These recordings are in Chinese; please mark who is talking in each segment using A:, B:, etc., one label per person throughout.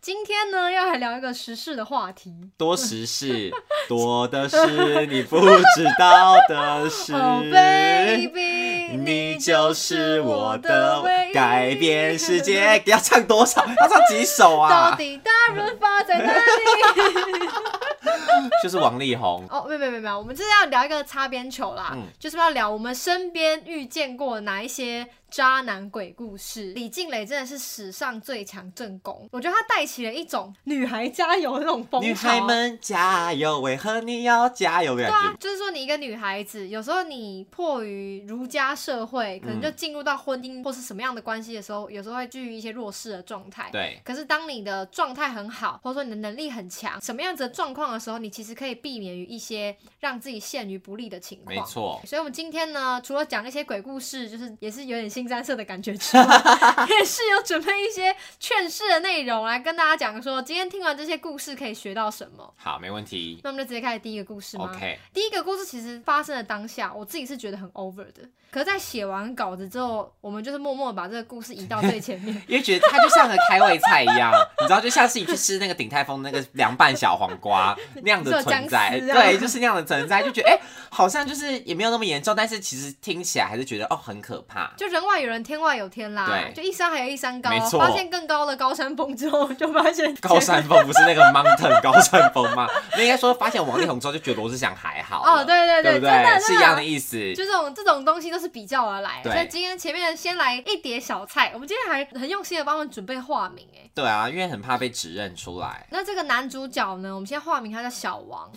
A: 今天呢，要来聊一个时事的话题。
B: 多时事，多的是你不知道的事。
A: 哦、baby，
B: 嗯你就是我的
A: 唯一
B: 改变世界。要唱多少？要唱几首
A: 到
B: 啊？
A: 底大润发在哪里？
B: 就是王力 宏。
A: 哦，没有没有没有没有，我们这是要聊一个擦边球啦，
B: 嗯
A: 就是要聊我们身边遇见过哪一些渣男鬼故事。李静蕾真的是史上最强正宫，我觉得她带起了一种女孩加油的那种风潮。
B: 女孩们加油，为何你要加油的
A: 对
B: 感
A: 啊
B: 觉？，
A: 就是说你一个女孩子，有时候你迫于儒家社会，可能
B: 嗯
A: 就进入到婚姻或是什么样的关系的时候，有时候会居于一些弱势的状态。
B: 对，
A: 可是当你的状态很好，或者说你的能力很强，什么样子的状况的时候，你其实可以避免于一些让自己陷于不利的情况。
B: 没。错。
A: 所以，我们今天呢，除了讲一些鬼故事，就是也是有点新三色的感觉之外， 也是有准备一些劝世的内容来跟大家讲说，今天听完这些故事可以学到什么。
B: 好，没问题。
A: 那我们就直接开始第一个故事吗
B: OK，
A: 第一个故事其实发生的当下，我自己是觉得很 over 的。可是，在写完稿子之后，我们就是默默地把这个故事移到最前面。
B: 因为觉得它就像个开胃菜一样，你知道，就像是你去吃那个鼎泰丰那个凉拌小黄瓜那样的存在，
A: 你说僵尸啊
B: 对，就是那样的存在，就觉得哎、好像就是也没有那么严重，但是其实听起来还是觉得哦很可怕。
A: 就人外有人，天外有天啦。
B: 对
A: 就一山还有一山高
B: 没，错
A: 发现更高的高山峰之后，就发现
B: 高山峰不是那个 mountain 高山峰吗？那应该说发现王力宏之后就觉得罗志祥还好 了，
A: 哦，对对
B: 啊对
A: 对，
B: 不
A: 真的
B: 对？是一样的
A: 的。
B: 意思。
A: 就这种这种东西都是比较而来，
B: 对
A: 所以今天前面先来一碟小菜，我们今天还很用心的帮他们准备化名哎。
B: 对啊，因为很怕被指认出来。
A: 那这个男主角呢，我们先化名他叫小王，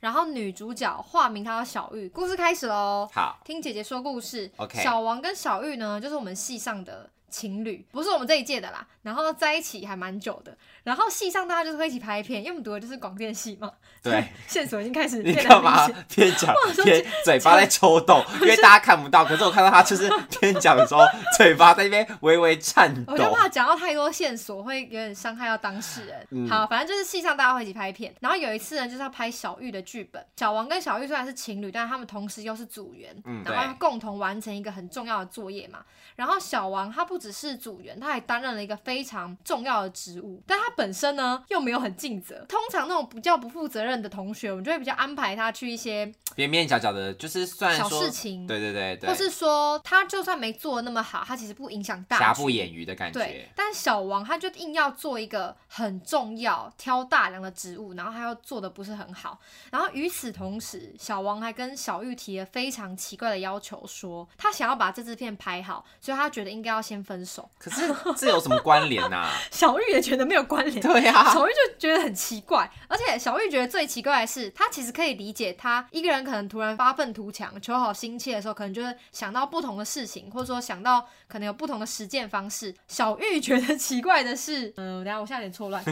A: 然后女主角化名他叫小玉。故事开始喽，
B: 好，
A: 听姐姐说故事。
B: OK
A: 小王跟小玉呢，就是我们系上的情侣，不是我们这一届的啦。然后在一起还蛮久的，然后系上大家就是会一起拍片，因为我们读的就是广电系嘛。
B: 对，
A: 线索已经开始
B: 你
A: 变得
B: 干
A: 很明
B: 嘛
A: 显。
B: 边讲
A: 我说
B: 边嘴巴在抽动？因为大家看不到，可是我看到他就是 边讲的时候，嘴巴在那边微微 颤
A: 我就
B: 抖。
A: 怕讲到太多线索，会有点伤害到当事人。
B: 嗯
A: 好，反正就是戏上大家会一起拍片，然后有一次呢，就是要拍小玉的剧本。小王跟小玉虽然是情侣，但是他们同时又是组员，
B: 嗯
A: 然后他们
B: 对
A: 共同完成一个很重要的作业嘛。然后小王他不只是组员，他还担任了一个非常重要的职务，但他本身呢又没有很尽责。通常那种比较不负责任的同学，我们就会比较安排他去一些
B: 边边角角的，就是虽然
A: 小
B: 说
A: 事情
B: 对对对对，
A: 或是说他就算没做得那么好，他其实不影响大
B: 瑕
A: 局
B: 不掩瑜的感
A: 对
B: 觉。，
A: 但小王他就硬要做一个很重要、挑大梁的职务，然后他又做的不是很好。然后与此同时，小王还跟小玉提了非常奇怪的要求说，他想要把这支片拍好，所以他觉得应该要先分手。
B: 可是这有什么关联 呐？
A: 小玉也觉得没有关联。啊
B: 对呀，
A: 小玉就觉得很奇怪，而且小玉觉得最奇怪的是，她其实可以理解，她一个人可能突然发愤图强、求好心切的时候，可能就是想到不同的事情，或者说想到可能有不同的实践方式。小玉觉得奇怪的 是，嗯、等一下我现在有点错乱。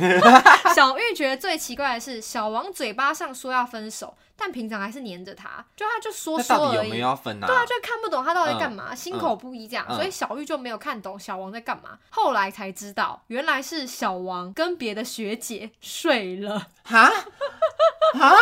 A: 小玉觉得最奇怪的是，小王嘴巴上说要分手，但平常还是黏着他，就他就说
B: 那
A: 说
B: 到底
A: 而
B: 有
A: 已。
B: 没有要分呐
A: 对？啊，就看不懂他到底干嘛，
B: 嗯
A: 心口不一这样，
B: 嗯
A: 所以小玉就没有看懂小王在干嘛。后来才知道，原来是小王跟别的学姐睡了，
B: 哈哈，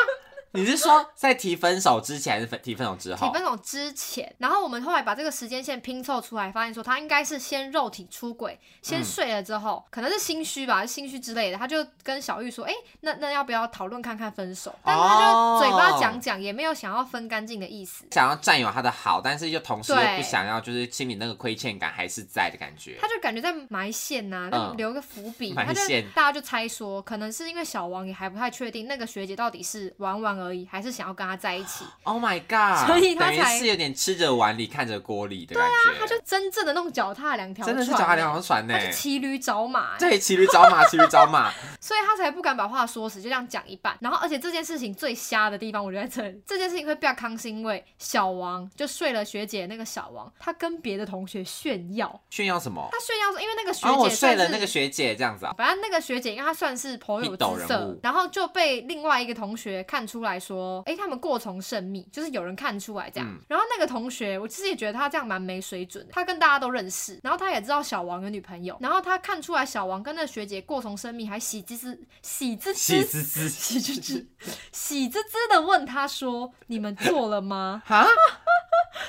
B: 你是说在提分手之前还是分提分手之
A: 提
B: 后
A: 分？手之前。然后我们后来把这个时间线拼凑出来，发现说他应该是先肉体出轨，先
B: 嗯
A: 睡了之后，可能是心虚吧，心虚之类的，他就跟小玉说，哎、那那要不要讨论看看分手？但是他就
B: 哦
A: 嘴巴讲讲，也没有想要分干净的意思。
B: 想要占有他的好，但是又同时
A: 对
B: 又不想要，就是心里那个亏欠感还是在的感觉
A: 他。就感觉在埋线呐、就
B: 嗯
A: 留个伏笔。
B: 埋
A: 他就
B: 线
A: 大家就猜说，可能是因为小王也还不太确定那个学姐到底是玩玩而已，还是想要跟他在一起。
B: Oh my god！
A: 所以他
B: 等于
A: 才啊
B: 是有点吃着碗里看着锅里的感觉。
A: 他就真正的弄脚踏两条
B: 真
A: 船，欸
B: 的是脚踏两条哎船呢
A: 他。就骑驴找马、欸，
B: 对，骑驴找马，骑驴找马。
A: 所以他才不敢把话说死，就这样讲一半。然后，而且这件事情最瞎的地方，我觉得在这里， 这件事情会比较康是因为小王就睡了学姐那个小王，他跟别的同学炫耀，
B: 炫耀什么？
A: 他炫耀说，因为那个学
B: 然后
A: 姐
B: 哦我睡
A: 算
B: 了
A: 是
B: 那个学姐这样子啊。
A: 反正那个学姐，因为她算是颇有
B: 一斗
A: 姿
B: 人
A: 色
B: 物，
A: 然后就被另外一个同学看出来说，哎、他们过从甚密，就是有人看出来这样。
B: 嗯
A: 然后那个同学，我其实也觉得他这样蛮没水准的，他跟大家都认识，然后他也知道小王有女朋友，然后他看出来小王跟那学姐过从甚密，还喜滋滋、喜滋
B: 喜
A: 滋、
B: 滋滋，
A: 喜滋滋、喜滋滋的问他说：“你们做了吗？”
B: 哈，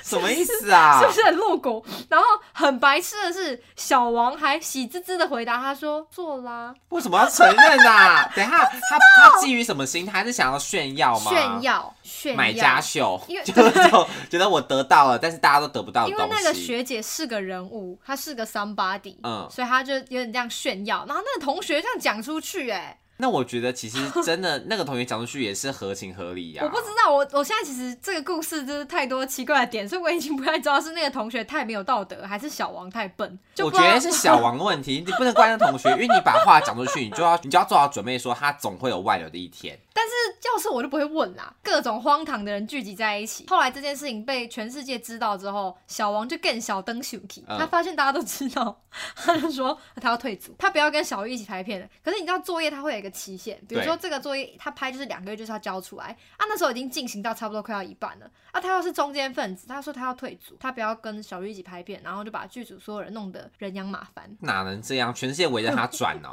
B: 什么意 思啊
A: 是？不是很露骨？然后很白痴的是，小王还喜滋滋的回答他说做啦，
B: 为什么要承认啊？等一下，他他基于什么心态？他是想要炫耀吗？
A: 炫耀炫耀
B: 买家秀，
A: 因为
B: 就是这种觉得我得到了，但是大家都得不到的
A: 因
B: 东西。
A: 为那个学姐是个人物，她是个 somebody，、
B: 嗯
A: 所以她就有点这样炫耀。然后那个同学这样讲出去、哎、
B: 那我觉得其实真的那个同学讲出去也是合情合理呀、啊
A: 我不知道，我我现在其实这个故事就是太多奇怪的点，所以我已经不太知道是那个同学太没有道德，还是小王太笨。就
B: 我
A: 不
B: 觉
A: 知道
B: 得是小王的问 题，你不能怪那同学，因为你把话讲出去，你就要你就要做好准备，说他总会有外流的一天。
A: 但是要是我就不会问啦，各种荒唐的人聚集在一起。后来这件事情被全世界知道之后，小王就更小登熊体，
B: 嗯
A: 他发现大家都知道， 他就说他要退组，他不要跟小玉一起拍片了。可是你知道作业它会有一个期限，比如说这个作业他拍就是两个月就是要交出来啊，那时候已经进行到差不多快要一半了啊，他要是中间分子，他说他要退组，他不要跟小玉一起拍片，然后就把剧组所有人弄得人仰马翻。
B: 哪能这样？全世界围着他转哦，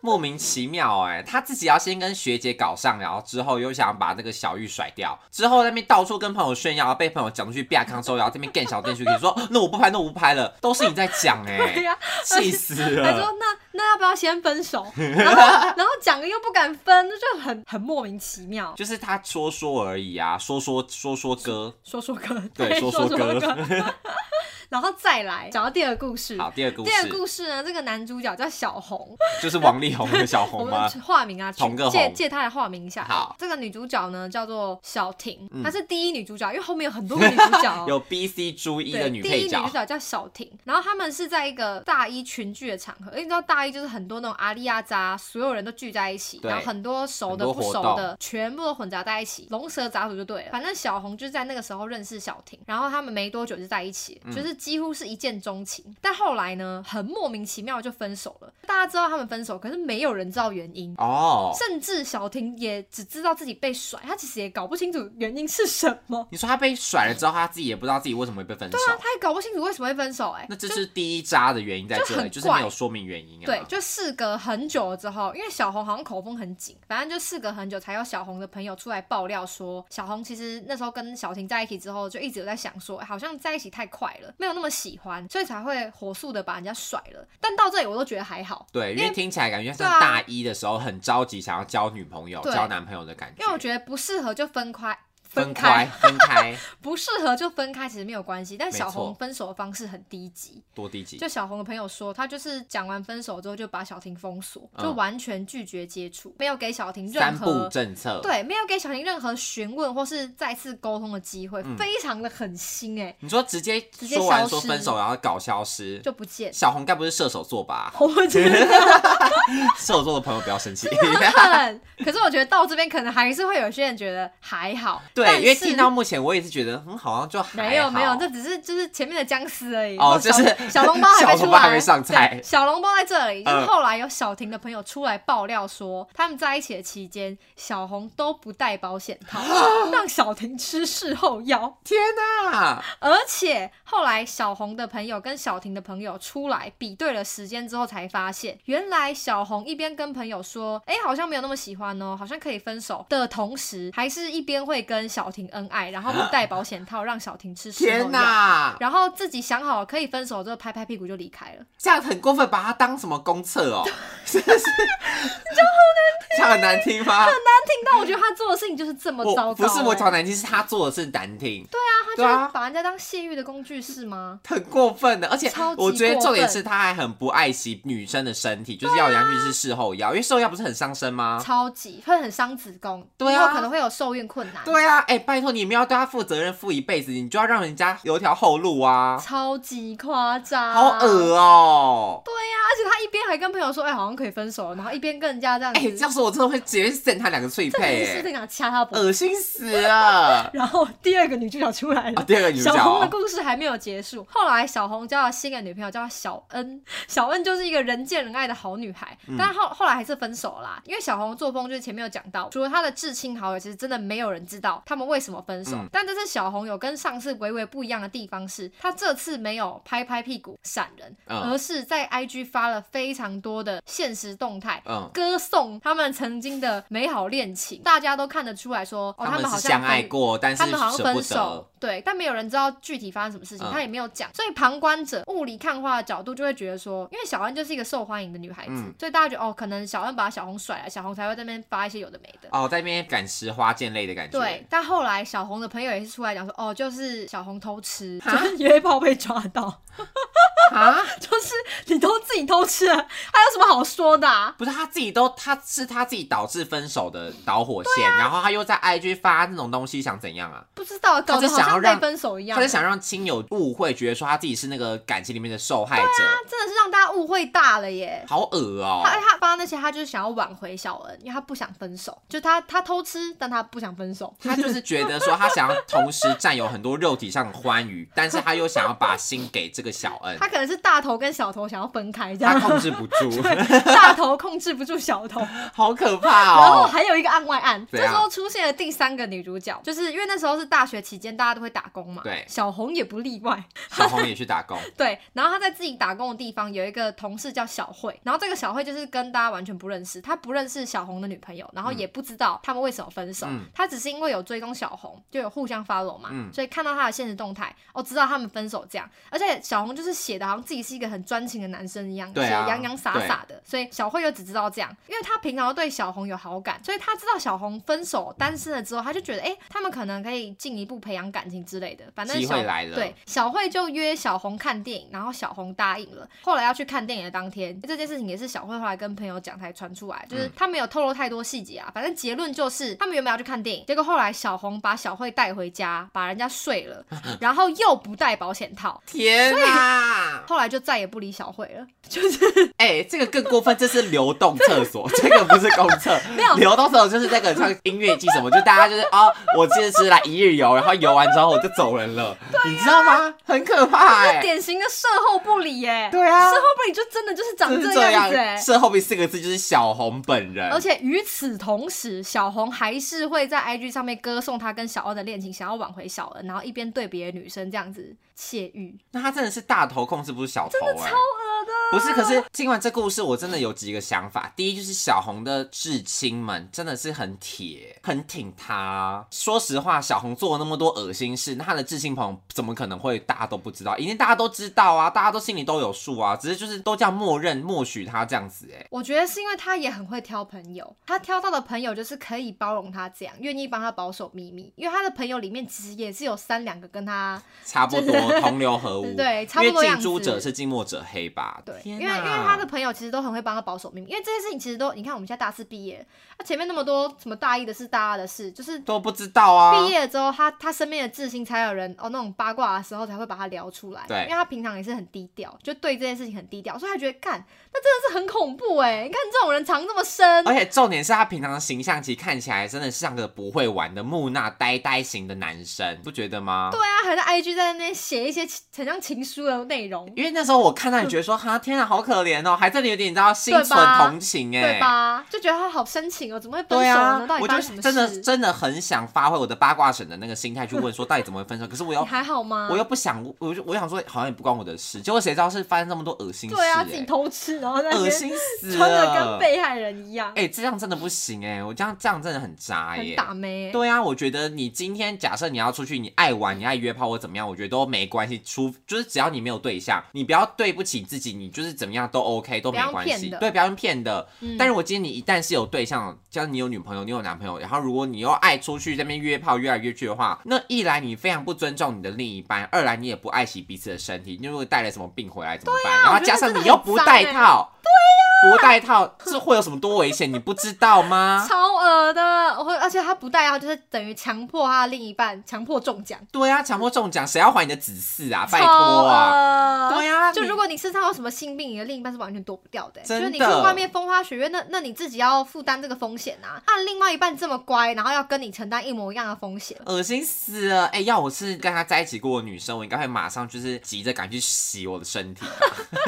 B: 莫名其妙哎、他自己要先跟学姐搞上，然后之后又想把那个小玉甩掉，之后在那边到处跟朋友炫耀，被朋友讲出去啪康收，然后这边更小更出去 说那我不拍，那我不拍了，都是你在讲哎、
A: 对呀、
B: 气死
A: 他
B: 了。
A: 说：“那那要不要先分手？”然后然后讲了又不敢分，就很很莫名其妙。
B: 就是他说说而已啊，说说说 说歌。
A: 说说歌，
B: 对说
A: 说
B: 说
A: 歌
B: 歌，
A: 然后再来讲到第二个故事。
B: 好，第二个故
A: 第二
B: 事
A: 个故事呢，这个男主角叫小红，
B: 就是王力宏跟小
A: 我
B: 红吗
A: 们？化名啊，去
B: 同个
A: 借
B: 红
A: 借他的化名一下。
B: 好，
A: 这个女主角呢叫做小婷，
B: 嗯。
A: 她是第一女主角，因为后面有很多个女主角哦
B: 有 B、C、朱一
A: 对，
B: 的女
A: 第一
B: 配
A: 女
B: 角
A: 主，角叫小婷，然后他们是在一个大一群聚的场合，因为你知道大一就是很多那种阿利亚扎，所有人都聚在一起，
B: 对
A: 然后很多熟的
B: 很多
A: 不熟
B: 活
A: 的
B: 动
A: 全部都混杂在一起，龙蛇杂处就对了。反正小红就是在那个时候认识小婷，然后他们没多久就在一起，
B: 嗯
A: 就是几乎是一见钟情。但后来呢，很莫名其妙就分手了。大家知道他们分手，可是没有人知道原因。
B: 哦，
A: 甚至小婷也只知道自己被甩，她其实也搞不清楚原因是什么。
B: 你说他被甩了之后，他自己也不知道自己为什么会被分手
A: 对，啊，她也搞不清楚为什么会分手、哎，
B: 那这是第一渣的原因在
A: 就
B: 这
A: 很
B: 里，就是没有说明原因啊。
A: 对，就事隔很久了之后，因为小红好像口风很紧，反正就事隔很久才有小红的朋友出来爆料说，小红其实那时候跟小婷在一起之后，就一直有在想说，哎好像在一起太快了，没有那么喜欢，所以才会火速的把人家甩了。但到这里我都觉得还好，
B: 对，因
A: 因
B: 为
A: 为
B: 听起来感觉
A: 对
B: 像
A: 啊
B: 大一的时候很着急，想要交女朋友、
A: 对
B: 交男朋友的感觉。
A: 因为我觉得不适合就分开。
B: 分
A: 开
B: 开，分 开，
A: 不适合就分开，其实没有关系。但小
B: 没
A: 红
B: 错
A: 分手的方式很低级，
B: 多低级
A: 就小红的朋友说，她就是讲完分手之后就把小婷封锁，
B: 嗯
A: 就完全拒绝接触，没有给小婷任
B: 三
A: 何
B: 步政策。，
A: 对，没有给小婷任何询问或是再次沟通的机会，
B: 嗯
A: 非常的狠心哎、
B: 你说直接
A: 接
B: 说完
A: 消
B: 说分
A: 失
B: 手，然后搞消失，
A: 就不 见。？
B: 小红该不是射手座吧
A: 我觉 得
B: 射手座的朋友不 要生气。
A: 很，可是我觉得到这边可能还是会有些人觉得还好，但
B: 对，因为
A: 是
B: 听到目前我也是觉得，嗯，好像就还
A: 没有没有，
B: 好
A: 这只是就是前面的僵尸而已。
B: 哦
A: 然后小
B: 就是
A: 小笼包还没
B: 小
A: 出
B: 笼包
A: 来，
B: 还没上菜
A: 对小笼包在这里，就是
B: 嗯
A: 后来有小婷的朋友出来爆料说，他们在一起的期间，小红都不戴保险 套，让小婷吃事后药。
B: 天哪！
A: 而且后来小红的朋友跟小婷的朋友出来比对了时间之后，才发现原来小红一边跟朋友说，哎、好像没有那么喜欢哦，好像可以分手的同时，还是一边会跟小婷恩爱，然后不戴保险套让小婷吃事后
B: 天
A: 药，
B: 哪！
A: 然后自己想好可以分手之后，拍拍屁股就离开了。
B: 这样很过分，把它当什么公厕哦？ 真的是，这样很难听吗？
A: 听到我觉得他做的事情就是这么糟
B: 我
A: 糕、
B: 哦不是我
A: 哎
B: 找难听，是他做的是难听，
A: 那他
B: 对啊
A: 就是把人家当泄欲的工具是吗？
B: 很过分的。而且
A: 超级
B: 我觉得重
A: 过
B: 点
A: 分
B: 是他还很不爱惜女生的身体，就是要人家去吃事后药，因为事后药不是很伤身吗？
A: 超级会很伤子宫，
B: 啊对啊
A: 以后可能会有受孕困难，
B: 对啊，哎、拜托你们要对他负责任，负一辈子，你就要让人家留条后路啊！
A: 超级夸张，
B: 好恶哦、
A: 而且他一边还跟朋友说，哎、好像可以分手了，然后一边跟人家这样子，
B: 哎、这样说我真的会直接扇他两个脆
A: 这
B: 配、
A: 是
B: 哎，
A: 想掐他脖子。！
B: 恶心死了
A: 然后第二个女主角出来了。
B: 啊，第二个女主
A: 小
B: 角
A: 红的
B: 哦，
A: 故事还没有结束，后来小红交了新的女朋友，叫小恩。小恩就是一个人见人爱的好女孩，
B: 嗯
A: 但后后来还是分手啦。因为小红的作风就是前面有讲到，除了她的至亲好友，其实真的没有人知道他们为什么分手。
B: 嗯
A: 但这次小红有跟上次微微不一样的地方是，她这次没有拍拍屁股闪人，
B: 嗯
A: 而是在 IG 发了非常多的现实动态，
B: 嗯，
A: 歌颂他们曾经的美好恋情，大家都看得出来说，哦，
B: 他
A: 们
B: 们
A: 好
B: 是
A: 像
B: 相爱
A: 分，
B: 过，但是
A: 他们好像
B: 舍不
A: 分
B: 得
A: 手，，对，但没有人知道具体发生什么事情，
B: 嗯
A: 他也没有讲，所以旁观者雾里看花的角度就会觉得说，因为小恩就是一个受欢迎的女孩子，
B: 嗯
A: 所以大家觉得哦，可能小恩把小红甩了，小红才会在那边发一些有的没的。
B: 哦，在那边赶时花溅泪的感觉。
A: 对，，但后来小红的朋友也是出来讲说，哦，就是小红偷 吃，就是约炮被抓到，
B: 啊，
A: 就是你都自己偷吃了，啊还有什么好说的、啊？
B: 不是他自己都，他是他自己导致分手的导火线，
A: 啊
B: 然后他又在 IG 发那种东西，想怎样啊？
A: 不知道，搞
B: 他
A: 得
B: 是
A: 好
B: 想要
A: 像被
B: 让
A: 分手一样。
B: 他是想让亲友误会，觉得说他自己是那个感情里面的受害者，
A: 真的是让大家误会大了耶。
B: 好恶哦、
A: 啊他他发那些，他就是想要挽回小恩，因为他不想分手，就他他偷吃，但他不想分手。
B: 他就是觉得说，他想要同时占有很多肉体上的欢愉，但是他又想要把心给这个小 恩，
A: 他可能是大头跟小头想要分开这
B: 他
A: 样，
B: 控制不住，
A: 大头控制不住小头，
B: 好可怕
A: 然后
B: 哦、
A: 还有一个案外案，这
B: 怎
A: 时
B: 样
A: 候出现了第三个女主角，就是因为那时候是大学期间，大家都会打工嘛，
B: 对
A: 小红也不例外，
B: 小红也去打工，
A: 对。然后她在自己打工的地方有一个同事叫小慧，然后这个小慧就是跟大家完全不认识，她不认识小红的女朋友，然后也不知道他们为什么分手，
B: 嗯
A: 她只是因为有追踪小红，就有互相 follow 嘛，
B: 嗯
A: 所以看到她的现实动态，哦，知道他们分手这样。而且小红就是写的好像自己是一个很专情的男生一样，
B: 对啊
A: 写洋洋洒洒傻的，所以小慧又只知道这样，因为她平常都对小红有好感，所以她知道小红分手单身了之后，她就觉得哎、诶他们可能可以进一步培养感情之类的。反正
B: 机
A: 小
B: 会来了
A: 对，小慧就约小红看电影，然后小红答应了。后来要去看电影的当天，这件事情也是小慧后来跟朋友讲才传出来，就是
B: 嗯
A: 她没有透露太多细节啊。反正结论就是他们原本要去看电影，结果后来小红把小慧带回家，把人家睡 了，然后又不带保险套。
B: 天 啊！
A: 后来就再也不理小慧了，
B: 哎、这个更过分，这是流动 厕所，这个不是公厕。
A: 没有
B: 流动厕所就是那个像音乐季什么，就大家就是哦，我今天是来一日游，然后游完之后我就走人了，
A: 啊
B: 你知道吗？很可怕哎、
A: 典型的售后不理耶、
B: 对啊
A: 事，后不理就真的就是长
B: 就是
A: 这样子、欸哦
B: 样。。是后面四个字就是小红本人，
A: 而且与此同时，小红还是会在 IG 上面歌颂她跟小恩的恋情，想要挽回小恩，然后一边对别的女生这样子窃欲。
B: 那他真的是大头控制不是小头、欸，真的超恶的。不是，可是听完这故事，我真的有几个想法。第一就是小红的至亲们真的是很铁，很挺他。说实话，小红做了那么多恶心事，那他的至亲朋友怎么可能会大家都不知道？一定大家都知道啊，大家都心里都有数啊。只是就是都这样默认默许他这样子、欸，哎，
A: 我觉得是因为她也很会挑朋友，她挑到的朋友就是可以包容她这样，愿意帮她保守秘密。因为她的朋友里面其实也是有三两个跟她
B: 差不多同流合污。
A: 对差不多
B: 因为
A: 样子
B: 近朱者赤，近墨者黑吧。
A: 对，因
B: 天
A: 为因为
B: 哪
A: 他的朋友其实都很会帮他保守秘密，因为这些事情其实都，你看我们现在大四毕业，他、前面那么多什么大一的事、大二的事，就是
B: 都不知道啊。
A: 毕业了之后，他他身边的至亲才有人哦，那种八卦的时候才会把他聊出来。
B: 对
A: 因为他平常也是很低调，就对这件事情很低调，所以他觉得干，那真的是很恐怖哎！你看这种人藏这么深，
B: 而且重点是他平常的形象，其实看起来真的像个不会玩的木讷呆呆型的男生，不觉得吗？
A: 对啊，还在 IG 在那边写一些很像情书的内容，
B: 因为那时候我看到你觉得说，哈，天啊，好可怜哦，还真的有点你知道心
A: 对
B: 存
A: 吧
B: 同情哎、
A: 对吧？就觉得他好深情哦，怎么会分
B: 对
A: 手呢？
B: 啊
A: 到，底
B: 我
A: 发生
B: 就
A: 什么
B: 真的
A: 事？
B: 真的很想发挥我的八卦神的那个心态去问说，到底怎么会分手？可是我
A: 你
B: 又
A: 还好吗？
B: 我又不想，我就我想说，好像也不关我的事。结果谁知道是发生那么多恶心事、
A: 对
B: 哎，
A: 啊，自己偷吃，然后在那
B: 恶
A: 边
B: 心死
A: 穿的跟
B: 了。
A: 被害人一样，
B: 哎、这样真的不行哎、我这样这样真的很渣
A: 很
B: 耶、
A: 打妹、欸。
B: 对啊，我觉得你今天假设你要出去，你爱玩，你爱约炮或怎么样，我觉得都没关系。出就是只要你没有对象，你不要对不起自己，你就是怎么样都 OK 都没
A: 不要
B: 关
A: 骗
B: 系
A: 的。
B: 对，不要用骗的。
A: 嗯
B: 但是我今天你一旦是有对象，像你有女朋友，你有男朋友，然后如果你又爱出去这边约炮约来约去的话，那一来你非常不尊重你的另一半，二来你也不爱惜彼此的身体，你如果带了什么病回来怎么办？
A: 啊
B: 然
A: 我
B: 后
A: 觉
B: 加
A: 得
B: 上
A: 真的
B: 你又
A: 很
B: 不
A: 脏
B: 戴
A: 欸啊
B: 套，对呀、不戴套这会有什么多危险？你不知道吗？
A: 超恶的，我会，而且他不戴，他就是等于强迫他的另一半强迫中奖，
B: 对啊，强迫中奖，谁要还你的子嗣啊？拜托
A: 超
B: 啊！
A: 恶
B: 对啊，
A: 就
B: 你
A: 如果你身上有什么性病，你的另一半是完全躲不掉的、欸。
B: 真
A: 就是
B: 的
A: 你去外面风花雪月，那那你自己要负担这个风险啊。那另外一半这么乖，然后要跟你承担一模一样的风险，
B: 恶心死了！哎、要我是跟他在一起过的女生，我应该会马上就是急着赶去洗我的身体，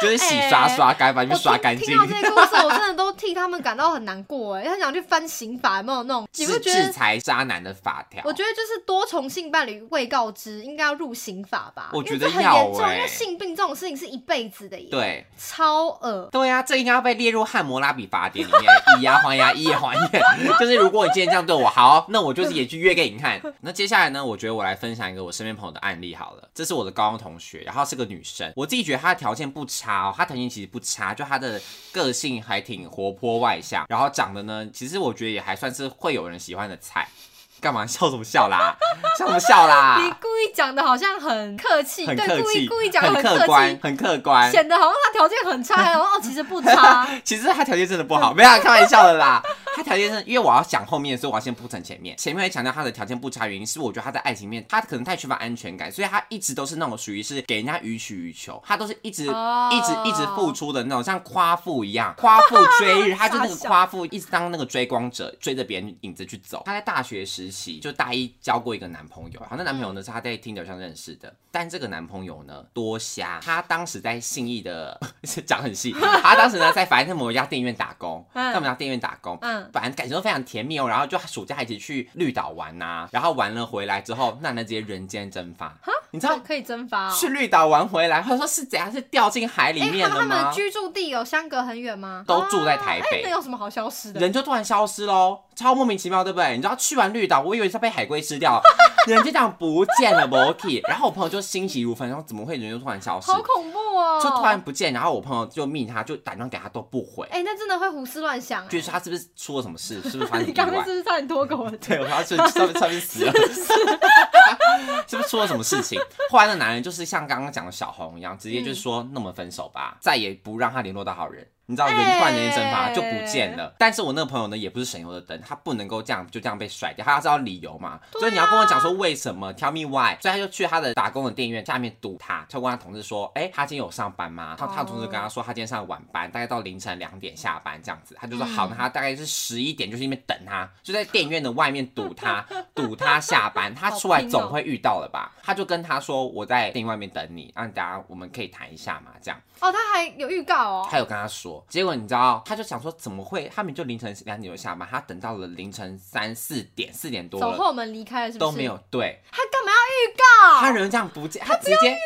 B: 就是洗刷刷，赶快把你
A: 我
B: 们刷
A: 听
B: 干净
A: 听。到这些故事，我真的都替他们感到很难过哎、很想去翻刑法有没有那种？你
B: 是
A: 会觉
B: 制
A: 得？
B: 裁啊渣男的法条。
A: 我觉得就是多重性伴侣未告知，应该要入刑法吧？
B: 我
A: 因为
B: 觉
A: 这
B: 得
A: 很
B: 要
A: 严重，因为
B: 欸
A: 性病这种事情是一辈子的耶，，
B: 对
A: 超恶。
B: 对啊，这应该要被列入汉谟拉比法典里面，以牙还牙，以眼还眼。就是如果你今天这样对我好，那我就是也去约给 你看。那接下来呢，我觉得我来分享一个我身边朋友的案例好了。这是我的高中同学，然后是个女生，我自己觉得她的条件不差哦，她条件其实不差，就她的个性还挺活泼外向，然后长得呢，其实我觉得也还算是会有人喜欢的菜。干嘛笑什么笑啦？笑什么笑啦？
A: 你故意讲的好像很客气，
B: 啊很
A: 对，
B: 客
A: 故意
B: 气，
A: 故意讲的
B: 很客
A: 客
B: 观，
A: 气，
B: 很客观。
A: 显得好像他条件很 差，然后哦，其实不差。
B: 其实他条件真的不好， 没有啊开玩笑的啦。 他条件真的，因为我要讲后面，所以我要先铺成前面。前面会强调他的条件不差，原因是我觉得他在爱情面，他可能太缺乏安全感，所以他一直都是那种属于是给人家予取予求，他都是一直、
A: 哦
B: 一直一直付出的那种，像夸父一样，夸父 追日，他就那个
A: 傻笑
B: 夸父一直当那个追光者，追着别人影子去走。他在大学时期就大一交过一个男朋友，
A: 嗯
B: 然后那男朋友呢是他在听友上认识的，但这个男朋友呢多瞎，他当时在信义的 讲很细，他当时呢在反正某一家电影院打工，
A: 嗯
B: 在某一家电影院打工，
A: 嗯
B: 反正感情都非常甜蜜哦。然后就暑假还一起去绿岛玩呐、然后玩了回来之后，那男的直接人间蒸发，你知道
A: 可以蒸发哦。
B: 去绿岛玩回来，他说是怎样是掉进海里
A: 哎，
B: 面
A: 他
B: 了
A: 他们
B: 吗？
A: 的居住地有相隔很远吗？
B: 都住在台北
A: 啊哎那有什么好消失的？
B: 人就突然消失喽，超莫名其妙，对不对？你知道去完绿岛，我以为是被海龟吃掉， 人就这样不见了 m o k 然后我朋友就欣喜如焚，然后怎么会人就突然消失？
A: 好恐怖哦！
B: 就突然，不见，然后我朋友就密他，就打电话给他都 不回，
A: 哎，那真的会胡思乱想。哎
B: 觉得 他是不是出了什么事？是不是发
A: 你
B: 生意外
A: 刚？刚是不是差点脱口而出？
B: 对，我要去上面上面死了， 是不是出了什么事情？后来那男人就是像刚刚讲的小红一样，直接就是说，那我们分手吧，再也不让他联络到好人。你知道人突然间蒸发
A: 哎
B: 就不见了，但是我那个朋友呢也不是省油的灯，他不能够这样就这样被甩掉，他要知道理由嘛，所以你要跟我讲说为什么，tell me why，所以他就去他的打工的店员下面堵他，就跟他同事说，哎、他今天有上班吗？他他的同事跟他说他今天上晚班，大概到凌晨两点下班这样子，他就
A: 嗯
B: 说好，那他大概是十一点就去那边等他，就在电影院的外面堵他，堵他下班，他出来
A: 哦
B: 总会遇到了吧？他就跟他说我在电影外面等你，啊，大家我们可以谈一下嘛，这样。
A: 哦，他还有预告哦。
B: 他有跟他说，结果你知道，他就想说怎么会，他们就凌晨两点就下班，他等到了凌晨三四点四点多
A: 走
B: 了
A: 后门离开了，是不是？
B: 都没。有，对
A: 他干嘛要预告？
B: 他人这样不见，他直接
A: 啊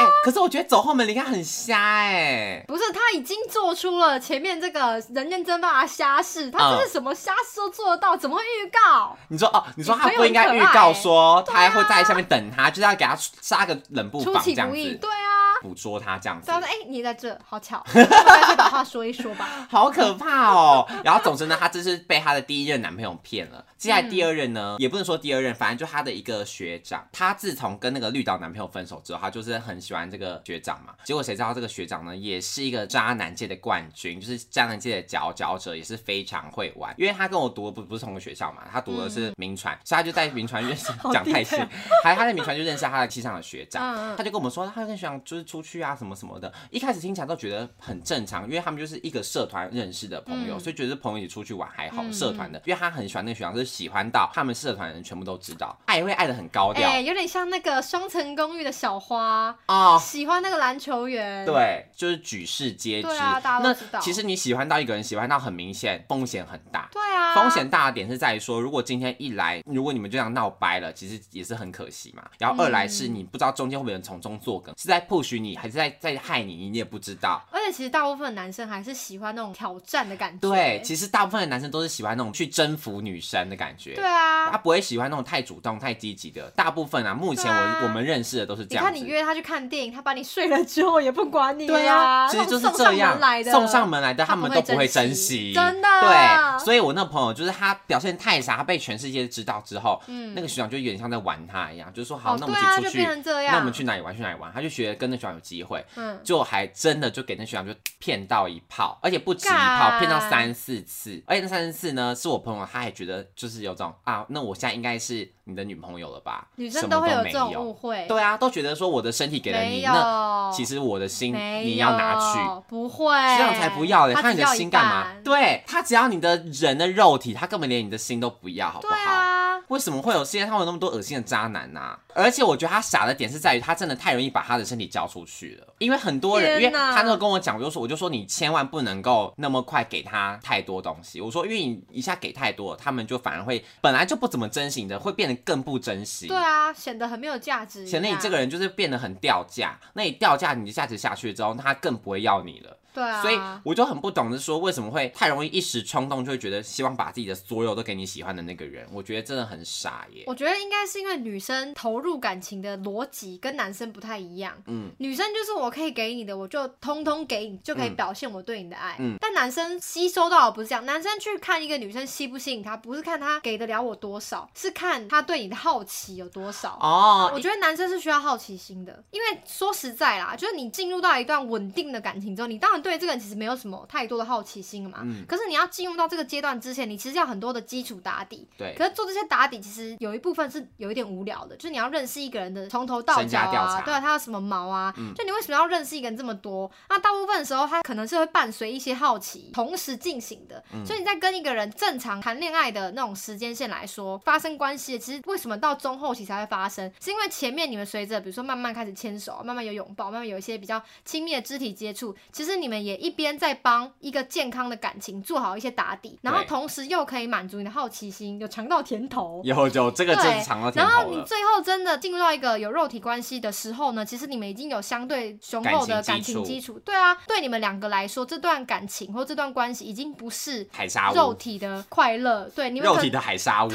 B: 哎、可是我觉得走后门离开很瞎哎、
A: 不是，他已经做出了前面这个人认真把他瞎事，
B: 嗯
A: 他这是什么瞎事都做得到，怎么会预告？
B: 你说哦，你说
A: 你
B: 他
A: 朋友
B: 不应该
A: 很
B: 预
A: 可爱啊
B: 告说他还会在下面等他，就是要给他杀个冷不
A: 出
B: 防这
A: 其
B: 样
A: 不意，
B: 子，
A: 对啊。
B: 捕捉他这样子
A: 对。啊，哎、你也在这，好巧，那我干脆把话说一说 吧。
B: 好可怕哦！然后总之呢，她就是被她的第一任男朋友骗了。接下来第二任呢，也不能说第二任，反正就她的一个学长。她自从跟那个绿岛男朋友分手之后，她就是很喜欢这个学长嘛。结果谁知道这个学长呢，也是一个渣男界的冠军，就是渣男界的佼佼者，也是非常会玩。因为他跟我读的不不是同个学校嘛，他读的是民传，所以他就在民传认识
A: 好
B: 讲太细
A: detail，
B: 还他在民传就认识他的系上的学长。
A: 嗯嗯
B: 他就跟我们说，他跟学长就是出去啊什么什么的。一开始听起来都觉得很正常，因为他们就是一个社团认识的朋友，
A: 嗯
B: 所以觉得朋友一起出去玩还好。
A: 嗯
B: 社团的，因为他很喜欢那个学长，就是喜欢到他们社团的人全部都知道，爱会爱的很高调、
A: 哎、有点像那个双层公寓的小花，
B: 哦。
A: 喜欢那个篮球员。，
B: 对，就是举世皆知。
A: 对啊大家
B: 那
A: 都知道
B: 其实你喜欢到一个人，喜欢到很明显，风险很大。
A: 对啊，
B: 风险大的点是在于说，如果今天一来，如果你们就这样闹掰了，其实也是很可惜嘛。然后二来
A: 嗯
B: 是你不知道中间会不会有人从中作梗，是在 push 你，还是在在害你，你也不知道。
A: 而且其实大部分男生还是喜欢那种挑战的感觉。
B: 对，其实大部分的男生都是喜欢那种去征服女生的感觉。
A: 对。啊
B: 他，不会喜欢那种太主动、太积极的。大部分啊，目前我、
A: 对啊
B: 我们认识的都是这
A: 你
B: 样
A: 看
B: 子。
A: 你约他去看电影，他把你睡了之后也不管你
B: 对
A: 啊，
B: 其
A: 那
B: 实
A: 种
B: 就是
A: 送
B: 这
A: 上
B: 样
A: 门来，的，
B: 送上门来的，
A: 他
B: 他
A: 不
B: 们
A: 会
B: 都不会
A: 珍
B: 珍
A: 惜
B: 惜，
A: 真的
B: 对，所以我那朋友就是他表现太傻，他被全世界知道之后，
A: 嗯
B: 那个学长就有点像在玩他一样，就是说好，
A: 哦，
B: 那我
A: 对
B: 们
A: 啊，
B: 一起
A: 就
B: 出去，
A: 变成这样。
B: 那我们去哪里玩去哪里玩，他就觉得跟那学长有机会，
A: 嗯，
B: 就还真的就给那学长就骗到一炮，而且不止一炮，
A: 干
B: 骗到三四次，而且那三四次呢，是我朋友他还觉得就是有种啊，那我现在应该是你的女朋友了吧，
A: 女生
B: 什
A: 都
B: 么
A: 会
B: 都
A: 有
B: 没
A: 这种误会，
B: 对啊，都觉得说我的身体给了
A: 没
B: 你，
A: 有，
B: 那其实我的心
A: 没
B: 你要拿去，
A: 有，不会，
B: 这样才不要嘞！
A: 他
B: 他
A: 只
B: 你的
A: 要一
B: 心干嘛
A: 半？
B: 对他只要你的人的肉体，他根本连你的心都不要，好不
A: 对
B: 好？
A: 啊，
B: 为什么会有世界上会有那么多恶心的渣男呐、而且我觉得他傻的点是在于，他真的太容易把他的身体交出去了。因为很多人，因为
A: 天哪
B: 他那个跟我讲，我就说，我就说你千万不能够那么快给他太多东西。我说，因为你一下给太多，他们就反而会本来就不怎么珍惜你的，会变得更不珍惜。
A: 对啊，显得很没有价值一样。
B: 显得你这个人就是变得很掉价，那你掉价，你的价值下去之后，他更不会要你了。
A: 对啊，
B: 所以我就很不懂，是说为什么会太容易一时冲动，就会觉得希望把自己的所有都给你喜欢的那个人，我觉得真的很傻耶。
A: 我觉得应该是因为女生投入感情的逻辑跟男生不太一样。
B: 嗯，
A: 女生就是我可以给你的，我就通通给你，就可以
B: 嗯
A: 表现我对你的爱。
B: 嗯
A: 但男生吸收到的不是这样，男生去看一个女生吸不吸引他，不是看他给得了我多少，是看他对你的好奇有多少。
B: 哦
A: 我，觉得男生是需要好奇心的，因为说实在啦，就是你进入到一段稳定的感情之后，你当然对这个人其实没有什么太多的好奇心了嘛。
B: 嗯
A: 可是你要进入到这个阶段之前，你其实要很多的基础打底。
B: 对
A: 可，是做这些打底，其实有一部分是有一点无聊的，就是你要认识一个人的从头到
B: 身
A: 脚
B: 家调
A: 啊
B: 查，
A: 对啊，他有什么毛啊，
B: 嗯
A: 就你为什么要认识一个人这么多？那大部分的时候，他可能是会伴随一些好奇同时进行的，
B: 嗯
A: 所以你在跟一个人正常谈恋爱的那种时间线来说，发生关系，其实为什么到中后期才会发生？是因为前面你们随着比如说慢慢开始牵手，慢慢有拥抱，慢慢有一些比较亲密的肢体接触，其实你们也一边在帮一个健康的感情做好一些打底，然后
B: 对
A: 同时又可以满足你的好奇心，有尝到甜头。
B: 有有这个就是尝到
A: 然
B: 甜
A: 后
B: 头
A: 你
B: 了。
A: 最后真的进入到一个有肉体关系的时候呢，其实你们已经有相对雄厚的感
B: 感情基
A: 情
B: 础
A: 基础。对啊，对你们两个来说，这段感情或这段关系已经不是
B: 海沙
A: 肉
B: 屋，
A: 体的快乐，对你们
B: 啊肉
A: 可
B: 体的海沙屋，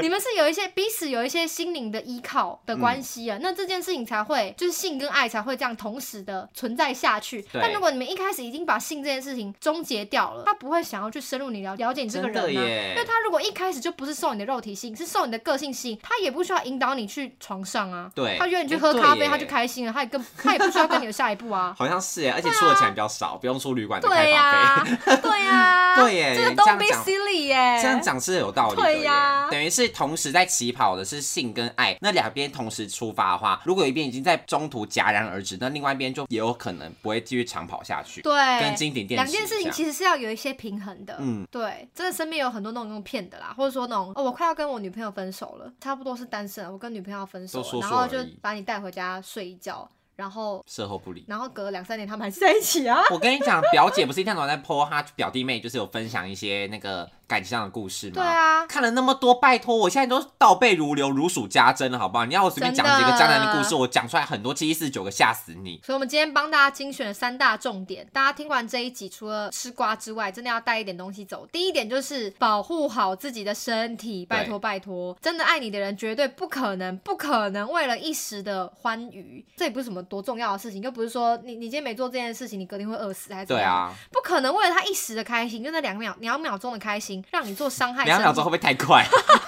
A: 你们是有一些彼此有一些心灵的依靠的关系
B: 嗯
A: 啊，那这件事情才会就是性跟爱才会这样同时的存在下去。
B: 对
A: 但如果你们一开始已经把性这件事情终结掉了，他不会想要去深入你了了解你这个
B: 真
A: 人、啊、
B: 的
A: 因为
B: 耶。
A: 他如果一开始就不是受你的肉体吸引，是受你的个性吸引，他也不需要引导你去床上啊。
B: 对
A: 他约你去
B: 哎
A: 喝咖
B: 对
A: 啡，
B: 耶
A: 他就开心了，啊他也跟他也不需要跟你有下一步 啊。
B: 好像是耶，而且出的钱比较少，不用出旅馆的
A: 对
B: 开
A: 呀、
B: 房费。
A: 对呀、
B: 对耶
A: 这个
B: 你这
A: don't
B: 样
A: be
B: 讲
A: silly 耶。
B: 这样讲是有道理的
A: 对
B: 耶，
A: 呀
B: 等于是同时在起跑的是性跟爱，那两边同时出发的话，如果有一边已经在中途戛然而止，那另外一边就也有可能不会继续长跑下去，
A: 对，
B: 跟金顶电
A: 两
B: 池
A: 件事
B: 一
A: 情
B: 样
A: 其实是要有一些平衡的。
B: 嗯，
A: 对，真的身边有很多那种用骗的啦，或者说那种哦，我快要跟我女朋友分手了，差不多是单身了，我跟女朋友要分手了，
B: 都说
A: 然
B: 说
A: 后
B: 而
A: 就
B: 已
A: 把你带回家睡一觉，然后
B: 事后不理。
A: 然后隔两三年他们还是在一起啊。
B: 我跟你讲，表姐不是一天到晚在 po 她表弟妹，就是有分享一些那个感情上的故事吗？
A: 对啊，
B: 看了那么多，拜托，我现在都倒背如流，如数家珍了，好不好？你要我随便讲几
A: 真
B: 个
A: 的
B: 渣男的故事，我讲出来很多七七四九个，吓死你！
A: 所以，我们今天帮大家精选了三大重点。大家听完这一集，除了吃瓜之外，真的要带一点东西走。第一点就是保护好自己的身体，拜托拜托，真的爱你的人绝对不可能不可能为了一时的欢愉，这也不是什么多重要的事情，又不是说你你今天没做这件事情，你隔天会饿死还是怎
B: 对
A: 么样。
B: 啊，
A: 不可能为了他一时的开心，就那两秒两秒钟的开心，让你做伤害身体。
B: 两秒 钟会不会太快？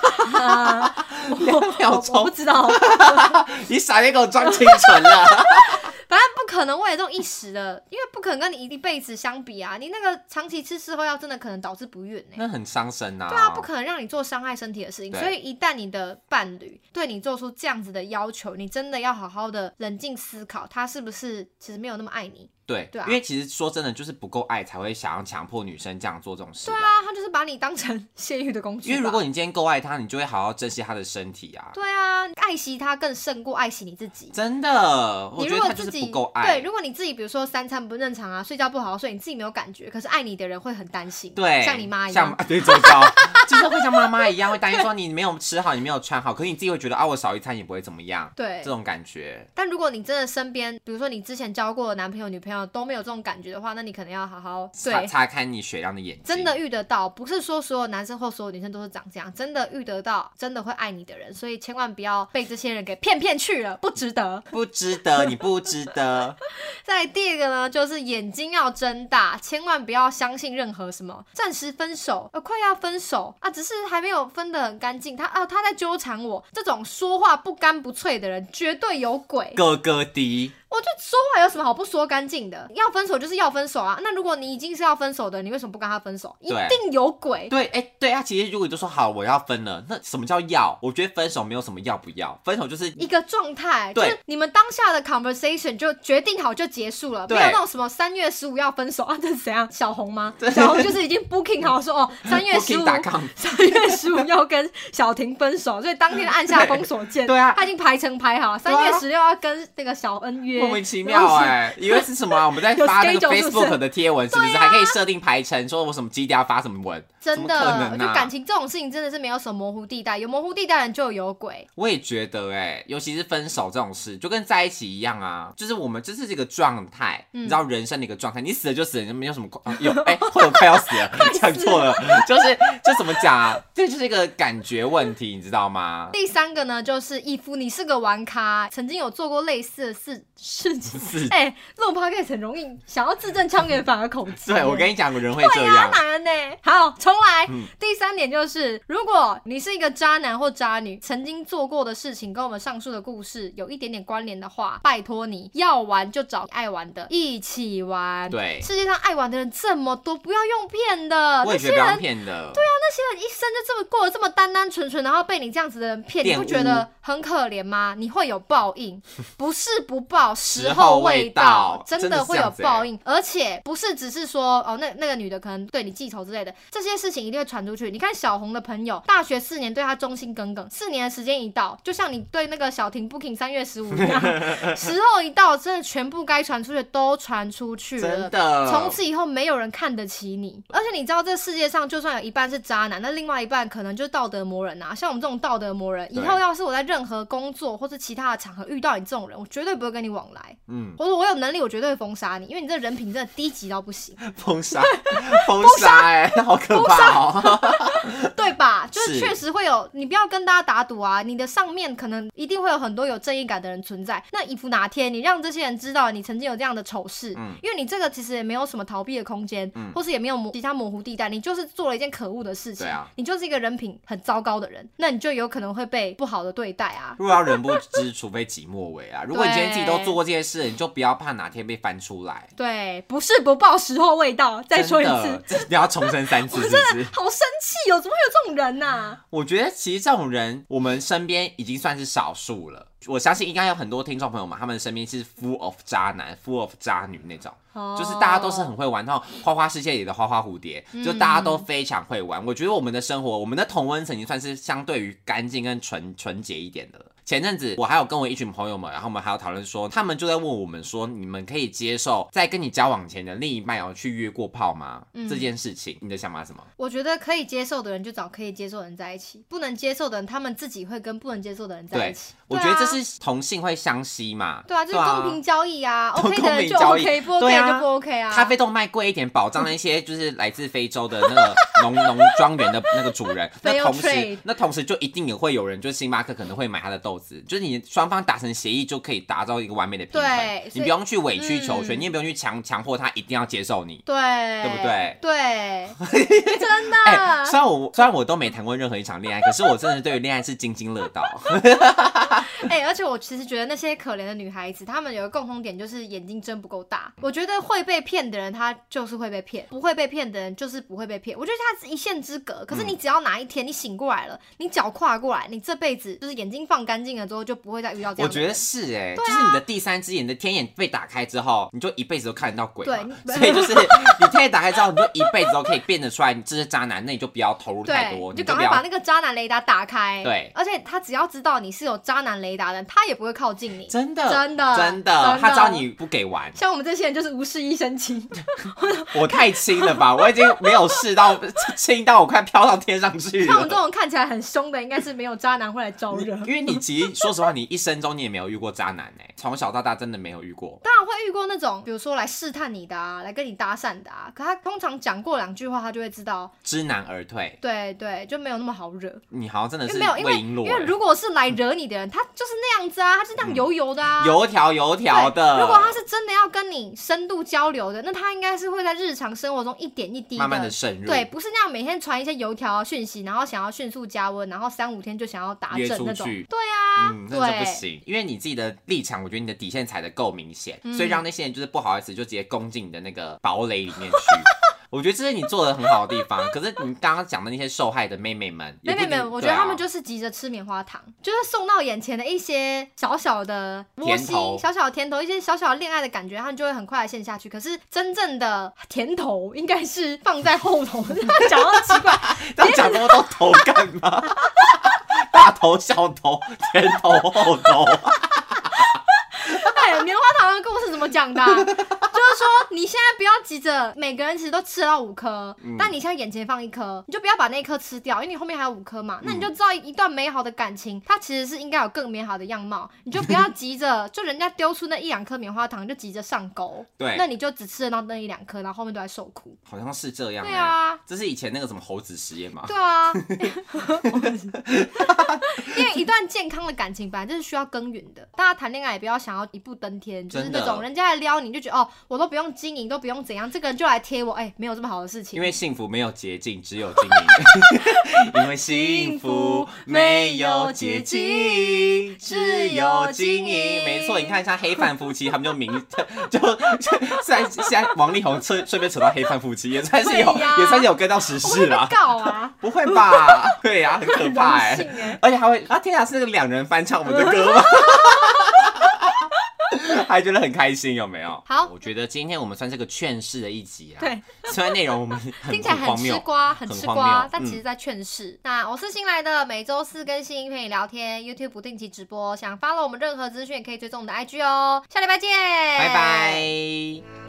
A: 两
B: 秒
A: 啊我
B: 钟
A: 不知道。
B: 你傻眼给我装清纯了。
A: 反正不可能为了这种一时的，因为不可能跟你一辈子相比啊！你那个长期吃事后药，真的可能导致不孕呢、
B: 那很伤身呐、
A: 对啊，不可能让你做伤害身体的事情。
B: 对
A: 所以一旦你的伴侣对你做出这样子的要求，你真的要好好的冷静思考，他是不是其实没有那么爱 你？
B: 对，
A: 对啊
B: 因为其实说真的，就是不够爱才会想要强迫女生这样做这种事、
A: 对
B: 啊。
A: 啊，他就是把你当成 泄欲的工具吧。
B: 因为如果你今天够爱她，你就会好好珍惜她的身体啊！
A: 对啊，爱惜他更胜过爱惜你自己。
B: 真的，我
A: 你
B: 觉
A: 如
B: 得
A: 果
B: 她就
A: 自
B: 是
A: 己
B: 不够
A: 对，
B: 爱。
A: 如果你自己比如说三餐不正常啊，睡觉不好好睡，你自己没有感觉，可是爱你的人会很担心，
B: 对，
A: 像你妈一
B: 像
A: 样，
B: 对，糟糕，就是会像妈妈一样，会担心说你没有吃好，你没有穿好，可是你自己会觉得啊，我少一餐也不会怎么样，
A: 对
B: 这，种感觉。
A: 但如果你真的身边，比如说你之前交过的男朋友、女朋友都没有这种感觉的话，那你可能要好好
B: 擦
A: 对。
B: 擦开你雪亮的眼睛，
A: 真的遇得到，不是说所有男生或所有女生都是长这样，真的遇得到真的会爱你的人，所以千万不要被这些人给骗骗去了，不值得。
B: 不值得，你不值 得。
A: 再来第二个呢，就是眼睛要睁大，千万不要相信任何什么暂时分手，呃，快要分手啊，只是还没有分得很干净，他啊他在纠缠我，这种说话不干不脆的人绝对有鬼。
B: 哥哥的，
A: 我就说话有什么好不说干净的？要分手就是要分手啊！那如果你已经是要分手的，你为什么不跟他分手？一
B: 对
A: 定有鬼。
B: 对，哎、对啊，其实如果你就说好我要分了，那什么叫要？我觉得分手没有什么要不要，分手就是
A: 一个状态，就
B: 对
A: 是你们当下的 conversation 就决定好就结束了，没
B: 对
A: 有那种什么三月十五要分手啊，这是怎样？小红吗？小红就是已经 booking 好说哦，三月十
B: Booking
A: 五
B: dot com 样子。
A: 三月十五要跟小婷分手，所以当天按下封锁键。
B: 对啊
A: 他已经排成排好了，三
B: 对啊
A: 月十六要跟那个小恩约。
B: 莫名其妙哎、以为是什么、啊？我们在
A: 有
B: 发那个
A: schedule 是不是啊
B: Facebook 的贴文，是不是、还可以设定排程，说我什么几点要发什么文？
A: 真
B: 怎么可
A: 的，
B: 能啊
A: 就感情这种事情真的是没有什么模糊地带，有模糊地带的人就有鬼。
B: 我也觉得哎、尤其是分手这种事，就跟在一起一样啊，就是我们这是一个状态，你知道人生的一个状态，你死了就死了，你没有什么 快、啊有哎、会有快要死了， 讲错了，就是就怎么讲啊，这就是一个感觉问题，你知道吗？
A: 第三个呢，就是义夫，你是个玩咖，曾经有做过类似的事事情。
B: 是，
A: 哎、录 podcast 很容易想要字正腔圆，反而口吃。
B: 对我跟你讲，人会这
A: 渣
B: 样，
A: 男呢、好，重来。
B: 嗯
A: 第三点就是，如果你是一个渣男或渣女，曾经做过的事情跟我们上述的故事有一点点关联的话，拜托你要玩就找爱玩的一起玩。
B: 对
A: 世界上爱玩的人这么多，不要用骗的。
B: 我
A: 那
B: 也
A: 些
B: 觉得不
A: 人，
B: 要骗的，对啊，
A: 那些人一生就这么过得这么单单纯纯，然后被你这样子的人骗，你
B: 玷
A: 不
B: 污
A: 觉得很可怜吗？你会有报 应，不是不报，时
B: 时
A: 候
B: 候
A: 未
B: 未
A: 到
B: 到，
A: 真
B: 真的
A: 的
B: 是
A: 会
B: 这
A: 有
B: 样子欸
A: 报应，而且不是只是说哦，那那个女的可能对你记仇之类的，这些事情一定会传出去。你看小红的朋友，大学四年对她忠心耿耿，四年的时间一到，就像你对那个小婷 Booking 三月十五一样， 时候一到，真的全部该传出去的都传出去了
B: 真。的，
A: 从此以后没有人看得起你。而且你知道，这世界上就算有一半是渣男，那另外一半可能就是道德魔人啊。像我们这种道德魔人，以
B: 对
A: 后要是我在任何工作或是其他的场合遇到你这种人，我绝对不会跟你往来。
B: 嗯，
A: 我说我有能力，我绝对会封杀你，因为你这人品真的低级到不行，
B: 封 杀，封杀，哎，好可怕哦，
A: 对吧？就是
B: 是
A: 确实会有，你不要跟大家打赌啊，你的上面可能一定会有很多有正义感的人存在。那以服哪天你让这些人知道你曾经有这样的丑事，
B: 嗯
A: 因为你这个其实也没有什么逃避的空间，
B: 嗯
A: 或是也没有模其他模糊地带，你就是做了一件可恶的事情，
B: 对啊
A: 你就是一个人品很糟糕的人，那你就有可能会被不好的对待 啊。
B: 如果要人不知，除非己莫为啊。如果你今天自己都做过这些事，你就不要怕哪天被翻出来。
A: 对，不是不报，时候未到。再说一
B: 真
A: 次
B: 的，，这你要重申 三次，是不是？
A: 好生气哦！怎么会有这种人呐、啊
B: 我觉得其实这种人，我们身边已经算是少数了。我相信应该有很多听众朋友们，他们身边是 full of 渣男、full of 渣女那种，
A: 哦
B: 就是大家都是很会玩，然后花花世界里的花花蝴蝶，
A: 嗯
B: 就大家都非常会玩。我觉得我们的生活，我们的同温层已经算是相对于干净跟纯纯洁一点的了。前阵子我还有跟我一群朋友们，然后我们还有讨论说，他们就在问我们说，你们可以接受在跟你交往前的另一半有去约过炮吗？
A: 嗯
B: 这件事情，你的想法是什么？
A: 我觉得可以接受的人就找可以接受的人在一起，不能接受的人他们自己会跟不能接受的人在一
B: 对
A: 起。，
B: 我
A: 对
B: 觉得
A: 啊
B: 这是同性会相吸嘛。
A: 对啊，就是公平交易 啊 o k 的人就
B: 公平交
A: OK，
B: 易
A: 不 OK
B: 对
A: 的
B: 啊
A: 就不 OK 啊。
B: 咖啡豆卖贵一点，保障那些就是来自非洲的那个农农庄园的那个主 人。
A: Fair
B: 那同
A: trade
B: 时，那同时就一定也会有人，就是星巴克可能会买他的豆子，就是你双方达成协议就可以达到一个完美的平
A: 对
B: 衡
A: 所以。
B: 你不用去委曲求全，
A: 嗯
B: 你也不用去强强迫他一定要接受你。
A: 对，对
B: 不对？
A: 对，真的。
B: 哎、虽然我虽然我都没谈过任何一场恋爱，可是我真的对于恋爱是津津乐道。
A: 哎、而且我其实觉得那些可怜的女孩子，她们有个共同点，就是眼睛睁不够大。我觉得会被骗的人，他就是会被骗；不会被骗的人，就是不会被骗。我觉得它是一线之隔。
B: 嗯
A: 可是你只要哪一天你醒过来了，你脚跨过来，你这辈子就是眼睛放干净了之后，就不会再遇到这
B: 我
A: 样的
B: 觉
A: 人啊
B: 得。是哎、就是你的第三只眼，你的天眼被打开之后，你就一辈子都看得到鬼嘛。
A: 对
B: 所以就是你天眼打开之后，你就一辈子都可以变得出来，你这是渣男，那你就不要投入太
A: 对，
B: 多，
A: 你就
B: 你
A: 赶
B: 不
A: 快把
B: 要。
A: 那个渣男雷达打开。
B: 对
A: 而且他只要知道你是有渣男雷达的人，他也不会靠近你。
B: 真的，
A: 真的
B: 真
A: 真的
B: 的，他知道你不给玩，
A: 像我们这些人就是无事一身 轻，
B: 啊我太轻了吧，我已经没有试到 轻到我快飘到天上去
A: 像我们这
B: 了。
A: 种看起来很凶的，应该是没有渣男会来招
B: 你
A: 惹。
B: 因为你其实说实话，你一生中你也没有遇过渣男哎、从小到大真的没有遇过。
A: 当然会遇过那种，比如说来试探你的啊，来跟你搭讪的啊。可他通常讲过两句话，他就会知道，
B: 知难而退，
A: 对对，就没有那么好惹。
B: 你好像真的
A: 因
B: 是
A: 为没有，因为
B: 魏璎珞
A: 因
B: 欸、
A: 为如果是来惹你的人，他就是那样子啊，他是那样油油的啊。
B: 油条油
A: 对
B: 条的。
A: 如果他是真的要跟你深度交流的，那他应该是会在日常生活中一点一滴地
B: 慢慢的渗入，
A: 对，不是那样每天传一些油条啊讯息，然后想要迅速加温，然后三五天就想要打
B: 约
A: 正
B: 出
A: 那种。
B: 去
A: 对啊，
B: 嗯，那就不
A: 对，
B: 行，因为你自己的立场，我觉得你的底
A: 嗯
B: 线踩得够明显，所以让那些人就是不好意思，就直接攻进你的那个堡垒里面去。我觉得这是你做的很好的地方。可是你刚刚讲的那些受害的妹妹们，也
A: 没
B: 不
A: 没
B: 一定
A: 没，我觉得
B: 对啊
A: 他们就是急着吃棉花糖，就是送到眼前的一些小小的窝
B: 甜
A: 心、
B: 头
A: 小小的甜头，一些小小的恋爱的感觉，他们就会很快的陷下去。可是真正的甜头应该是放在后头， 讲到奇怪，
B: 要讲这么多头干嘛？大头、小头、前头、后头，
A: 哎，棉花糖的故事怎么讲的 啊、就是说，你现在不要急着，每个人其实都吃得到五颗，
B: 嗯
A: 但你现在眼前放一颗，你就不要把那一颗吃掉，因为你后面还有五颗嘛。那你
B: 嗯
A: 就知道一段美好的感情，它其实是应该有更美好的样貌，你就不 要急着，就人家丢出那一两颗棉花糖就急着上钩，
B: 对
A: 那你就只吃得到那一两颗，然后后面都在受苦。
B: 好像是这样、欸。
A: 对，啊。
B: 这是以前那个什么猴子实验嘛？
A: 对啊，因为一段健康的感情本来就是需要耕耘的。大家谈恋爱也不要想要一步登天，就是
B: 真的
A: 那种人家来撩你就觉得哦，我都不用经营，都不用怎样，这个人就来贴我，哎、没有这么好的事情。
B: 因为幸福没有捷径，只有经营。 因为幸福没有捷径，只有经营。没错，你看像黑范夫妻，他们就明 就就虽然现在王力宏顺顺便扯到黑范夫妻，也算是有、
A: 对呀
B: 也算是有跟到时
A: 我会
B: 事
A: 被
B: 啦。
A: 告啊，
B: 不会吧？ 对呀、很可怕哎、
A: 很荣幸哎
B: 而且还会啊！天啊，是那个两人翻唱我们的歌吗？ 还觉得很开心，有没有？
A: 好
B: 我觉得今天我们算是个劝世的一集啊。
A: 对，
B: 虽然内容我们很
A: 听起来
B: 很
A: 很
B: 荒
A: 吃
B: 谬，
A: 瓜，很
B: 很
A: 吃
B: 荒
A: 瓜
B: 谬，
A: 但
B: 嗯
A: 其实在劝世。那我是新来的，每周四更新，陪你聊天，YouTube 不定期直播。想 follow 我们任何资讯，也可以追踪我们的 IG 哦。下礼拜见，
B: 拜拜。